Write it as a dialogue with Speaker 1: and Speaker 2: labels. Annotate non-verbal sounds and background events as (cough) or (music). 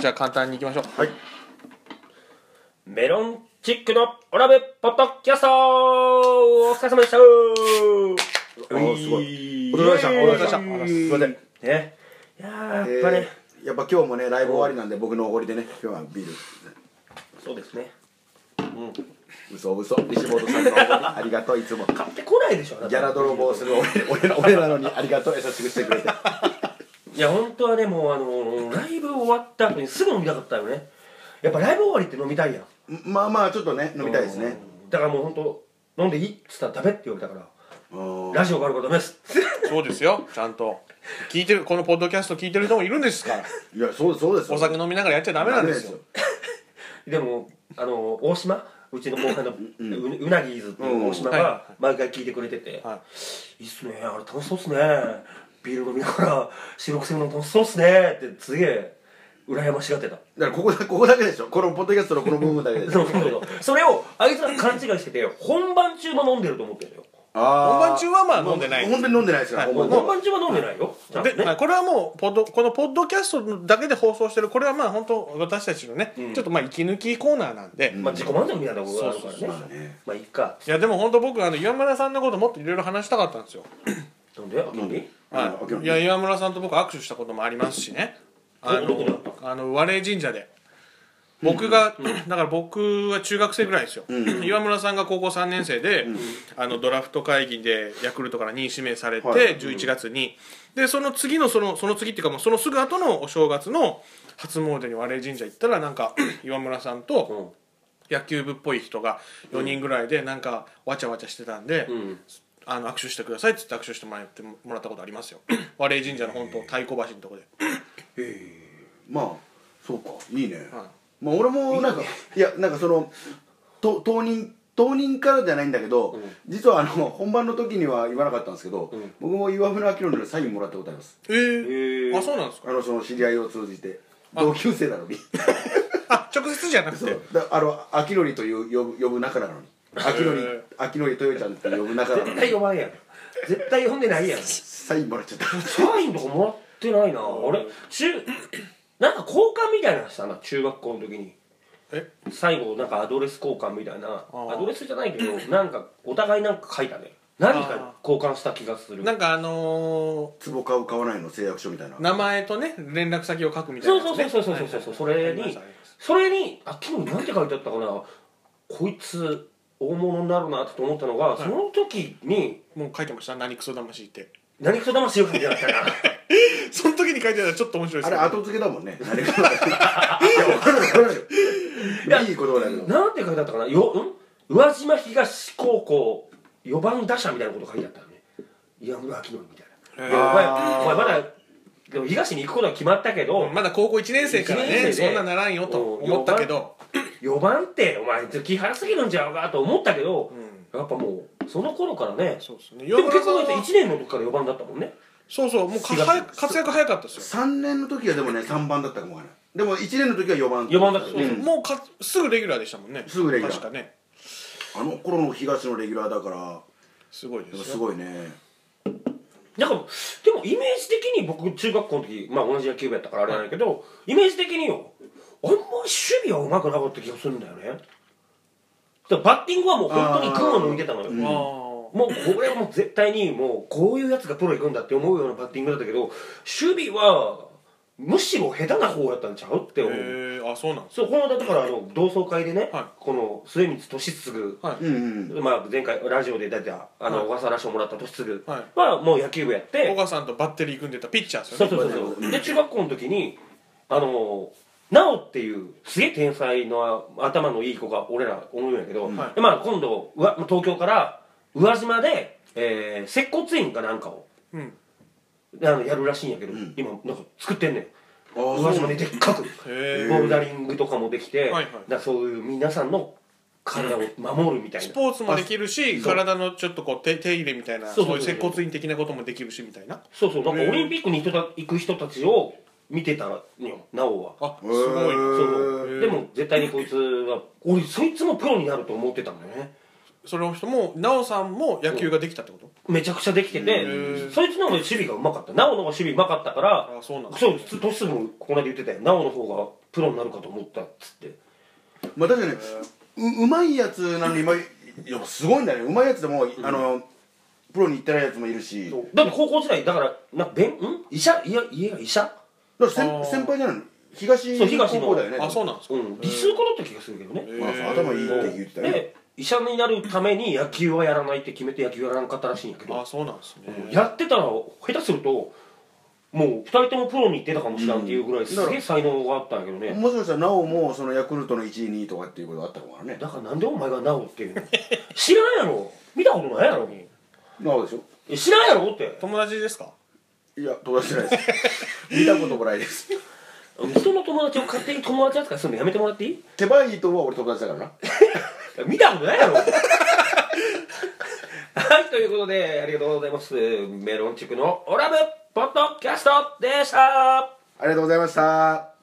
Speaker 1: じゃあ簡単にいきましょう
Speaker 2: はい
Speaker 3: メロンチックのオラブポッドキャストお疲れ様でしたあ
Speaker 2: あーすご
Speaker 3: い
Speaker 2: お疲れ様でしたお疲れ様
Speaker 1: お疲れ様
Speaker 2: でした
Speaker 1: です
Speaker 2: いません
Speaker 3: ねいやーやっぱね
Speaker 2: え、ーやっぱ今日もねライブ終わりなんで僕のおごりでね今日はビール
Speaker 3: そうですね
Speaker 2: 嘘嘘西本さんのおごりありがとういつも
Speaker 3: 買ってこないでしょ
Speaker 2: ギャラ泥棒す (laughs) る俺俺ら俺らのにありがとう優しくしてくれて
Speaker 3: いや本当はねもうあのーライブ終わった後にすぐ飲みたかったよねやっぱライブ終わりって飲みたいやん
Speaker 2: (laughs) まあまあちょっとね飲みたいですね
Speaker 3: だからもう本当飲んでいいっつったらダメって言われたから
Speaker 2: うん
Speaker 3: ラジオがあるからダメです
Speaker 1: そうですよちゃんと聞いてるこのポッドキャスト聞いてる人もいるんですから
Speaker 2: いやそうそうですよ
Speaker 1: お酒飲みながらやっちゃダメなんですよ
Speaker 3: でもあの大島うちの後輩のう,、うなぎーずっていう大島
Speaker 1: うん
Speaker 3: が
Speaker 1: は
Speaker 3: 毎回聞いてくれてて、、
Speaker 1: はい
Speaker 3: いっすねあれ楽しそうっすねビール飲みながら収録するの楽しそうっすねってすげえ羨ましがってた
Speaker 2: だからここだここだけでしょこのポッドキャストのこの部分だけでし (laughs)
Speaker 3: そ
Speaker 2: ょ
Speaker 3: うそうそうそれをあいつら勘違いしてて本番中も飲んでると思ってるよ
Speaker 2: 本
Speaker 1: 本番中はまあ飲んでない
Speaker 2: 本当に飲んでないですから、
Speaker 1: はい
Speaker 2: 本
Speaker 3: 本
Speaker 2: 番中は
Speaker 3: 番中は飲んでないよちゃんと
Speaker 1: で、まあ、これはもうポッドこのポッドキャストだけで放送してるこれはまあ本当私たちのね、
Speaker 3: うん
Speaker 1: ちょっとまあ息抜きコーナーなんで、
Speaker 3: まあ自己満足みたいなところがあるからね
Speaker 1: そうそう
Speaker 2: そうね
Speaker 3: まあいいか
Speaker 1: いやでも本当僕あの岩村さんのこともっといろいろ話したかったんですよ、
Speaker 3: なんで急に
Speaker 1: は
Speaker 2: うん
Speaker 1: い、いや岩村さんと僕握手したこともありますしねあ
Speaker 3: どこだっ
Speaker 1: のあの和礼神社で僕が、だから僕は中学生ぐらいですよ、岩村さんが高校3年生で、あのドラフト会議でヤクルトから2位指名されて、
Speaker 2: はい
Speaker 1: 11月に、でその次のそのその次っていうかもうそのすぐ後のお正月の初詣に和礼神社行ったらなんか (clears throat) 岩村さんと、
Speaker 3: うん
Speaker 1: 野球部っぽい人が4人ぐらいでなんかわちゃわちゃしてたんで、
Speaker 3: うん
Speaker 1: あの握手してくださいっつって握手してもらってもらったことありますよ (clears throat) 和礼神社の本当太鼓橋のとこで
Speaker 2: まあそうかいいね、
Speaker 1: は
Speaker 2: まあ俺もなんかいやなんかそのと当人当人からじゃないんだけど、実はあの本番の時には言わなかったんですけど、僕も岩村明宏のサインもらったことあります
Speaker 1: えー
Speaker 3: へー
Speaker 1: あそうなんですか
Speaker 2: あのその知り合いを通じて同級生なの (laughs) に
Speaker 1: あ直接じゃなく
Speaker 2: そ
Speaker 1: て
Speaker 2: うだあの明憲という呼ぶ呼ぶ仲なのに明憲明憲豊ちゃんって呼ぶ仲なの
Speaker 3: 絶対
Speaker 2: に
Speaker 3: 読まんやん絶対読んでないやんサ
Speaker 2: サインもらっちゃった
Speaker 3: インとかもらってないな俺中なんか交換みたいなのしたな中学校の時に
Speaker 1: え
Speaker 3: 最後なんかアドレス交換みたいな
Speaker 1: ー
Speaker 3: アドレスじゃない
Speaker 1: (clears throat)
Speaker 3: けどなんかお互いなんか書いたね何か交換した気がする
Speaker 1: なんかあの
Speaker 2: 壺買う買わないの誓約書みたいな
Speaker 1: ー名前とね連絡先を書くみたいな
Speaker 3: そう
Speaker 1: やつね、
Speaker 3: そうそうそうそうそうそうそ
Speaker 1: あ
Speaker 3: れ
Speaker 1: りま
Speaker 3: に
Speaker 1: すあります
Speaker 3: それにあ昨日なんて書いてあったかなこいつ大物になるなと思ったのがその時に
Speaker 1: もう書いてました何クソ魂って
Speaker 3: 何くそ魂を書いてあったな
Speaker 1: その時に書いてたらちょっと面白いで
Speaker 2: あ
Speaker 1: す
Speaker 2: れ
Speaker 1: けど
Speaker 2: 後付けだもんね。何が。いや、わかるわかる
Speaker 3: いや
Speaker 2: よ。いい言葉だけ
Speaker 1: (laughs)
Speaker 2: ど。
Speaker 3: なんて書いてあったかなよん宇和島東高校4番打者みたいなこと書いてあったよね岩村明典みたいな、
Speaker 1: へー
Speaker 3: いやお前お前まだでも東に行くことは決まったけど、
Speaker 1: うんまだ高校1年生から
Speaker 3: 一
Speaker 1: ね
Speaker 3: 年生
Speaker 1: そ
Speaker 3: で
Speaker 1: んなならんよと思ったけど
Speaker 3: 4番ってお前気腹すぎるんちゃうかと思ったけど、やっぱもうその頃からね
Speaker 1: そうですね
Speaker 3: でも結構
Speaker 1: 岩村さんは
Speaker 3: 1年の時から4番だったもんね
Speaker 1: そうそうもうか早く活躍早かったですよ
Speaker 2: 三年の時はでもね、三番だったかもわからない。でも一年の時は四番。
Speaker 3: 4番だったよ
Speaker 1: そう
Speaker 3: ね、
Speaker 1: そう
Speaker 2: うん
Speaker 1: もうかすぐレギュラーでしたもんね
Speaker 2: すぐレギュラー
Speaker 1: 確かね
Speaker 2: あの頃の東のレギュラーだから、
Speaker 1: すごいです
Speaker 2: で
Speaker 1: よ
Speaker 2: もすごいね。
Speaker 3: なんかでもイメージ的に僕中学校の時、まあ、同じ野球部やったからあれなんだけどイメージ的によあんまり守備はうまくなかった気がするんだよねだからバッティングはもう本当に群を抜いてたのよ、
Speaker 2: あーうん
Speaker 1: あ
Speaker 3: もうこれはもう絶対にもうこういうやつがプロ行くんだって思うようなバッティングだったけど守備はむしろ下手な方やったんちゃうって
Speaker 1: ー
Speaker 3: 思う、
Speaker 1: へえあそうなんです
Speaker 3: そうこのだからあの同窓会でね、
Speaker 1: は
Speaker 3: この末光俊次
Speaker 1: はい
Speaker 2: うんうん。
Speaker 3: まあ、前回ラジオで出たあの、小笠原賞もらった俊次
Speaker 1: はい
Speaker 3: はもう野球部やって、
Speaker 1: 小川さんとバッテリー組んでたピッチャーです
Speaker 3: そう
Speaker 1: よ
Speaker 3: そ
Speaker 1: ね
Speaker 3: うそうそうで中学校の時にあのなおっていうすげえ天才の頭のいい子が俺ら思うんやけど、
Speaker 1: はい
Speaker 3: でまあ、今度うわ東京から宇和島で、えー、接骨院かなんかを
Speaker 1: うん
Speaker 3: あのやるらしいんやけど、
Speaker 2: ん
Speaker 3: 今なんか作ってんねん
Speaker 2: あー
Speaker 3: 宇和島ででっかくボ
Speaker 1: へ
Speaker 3: ルダリングとかもできて、
Speaker 1: はいはい
Speaker 3: だからそういう皆さんの体を守るみた
Speaker 1: え
Speaker 3: い
Speaker 1: ス
Speaker 3: な
Speaker 1: ポーツもできるし
Speaker 3: そう
Speaker 1: 体のちょっとこう手手入れみたいな
Speaker 3: そ
Speaker 1: そう
Speaker 3: そう
Speaker 1: う
Speaker 3: そ
Speaker 1: いうう接骨院的なこともできるしみたいな
Speaker 3: そうそうなんかオリンピックに人た行く人たちを見てたのよなおは
Speaker 1: あす
Speaker 2: へ
Speaker 1: ご
Speaker 2: ー
Speaker 1: いな
Speaker 3: そう
Speaker 1: へー
Speaker 3: でも絶対にこいつは俺そいつもプロになると思ってたんだよね
Speaker 1: その人も奈緒さんも野球ができたってこと
Speaker 3: めちゃくちゃできてて
Speaker 1: ー
Speaker 3: そいつの方が守備がうまかったなおの方が守備うまかったから
Speaker 1: あそうなんだ
Speaker 3: そうトスもこの間言ってたよなおの方がプロになるかと思ったっつって
Speaker 2: まあ確かにううまいやつなのに今いやすごいんだねうまいやつでも、あのプロに行ってないやつもいるしだ
Speaker 3: だって高校時代だからな弁ん医者いや家が医者
Speaker 2: から
Speaker 1: あー
Speaker 2: 先先輩じゃないの東
Speaker 3: そう東
Speaker 2: 高
Speaker 3: の
Speaker 2: 校だよね
Speaker 1: あそうなんですか、
Speaker 3: うん理数科だった気がするけどね、
Speaker 2: まあ
Speaker 1: へー
Speaker 2: 頭いいって言ってたよ
Speaker 3: で医者になるために野球はやらないって決めて野球やらなかったらしいんやけど
Speaker 1: あそうなんですね、
Speaker 3: やってたら下手するともう2人ともプロに行ってたかもしれんっていうぐらいすげえ才能があったんやけどね
Speaker 2: もしかしたらなおもそのヤクルトの1位2位とかっていうことがあったかもね
Speaker 3: だからなんでお前が「なお」っていうの (laughs) 知らんやろ見たことないやろ
Speaker 2: なおでしょ
Speaker 3: え知らんやろって
Speaker 1: 友達ですか
Speaker 2: いや友達じゃないです見たこともないです
Speaker 3: 人の友達を勝手に友達扱いするのやめてもらってい (laughs) い
Speaker 2: 手羽いいとは俺友達だからな
Speaker 3: 見たことないやろ (laughs) はいということでありがとうございますメロンチックのオラブポッドキャストでした
Speaker 2: ありがとうございました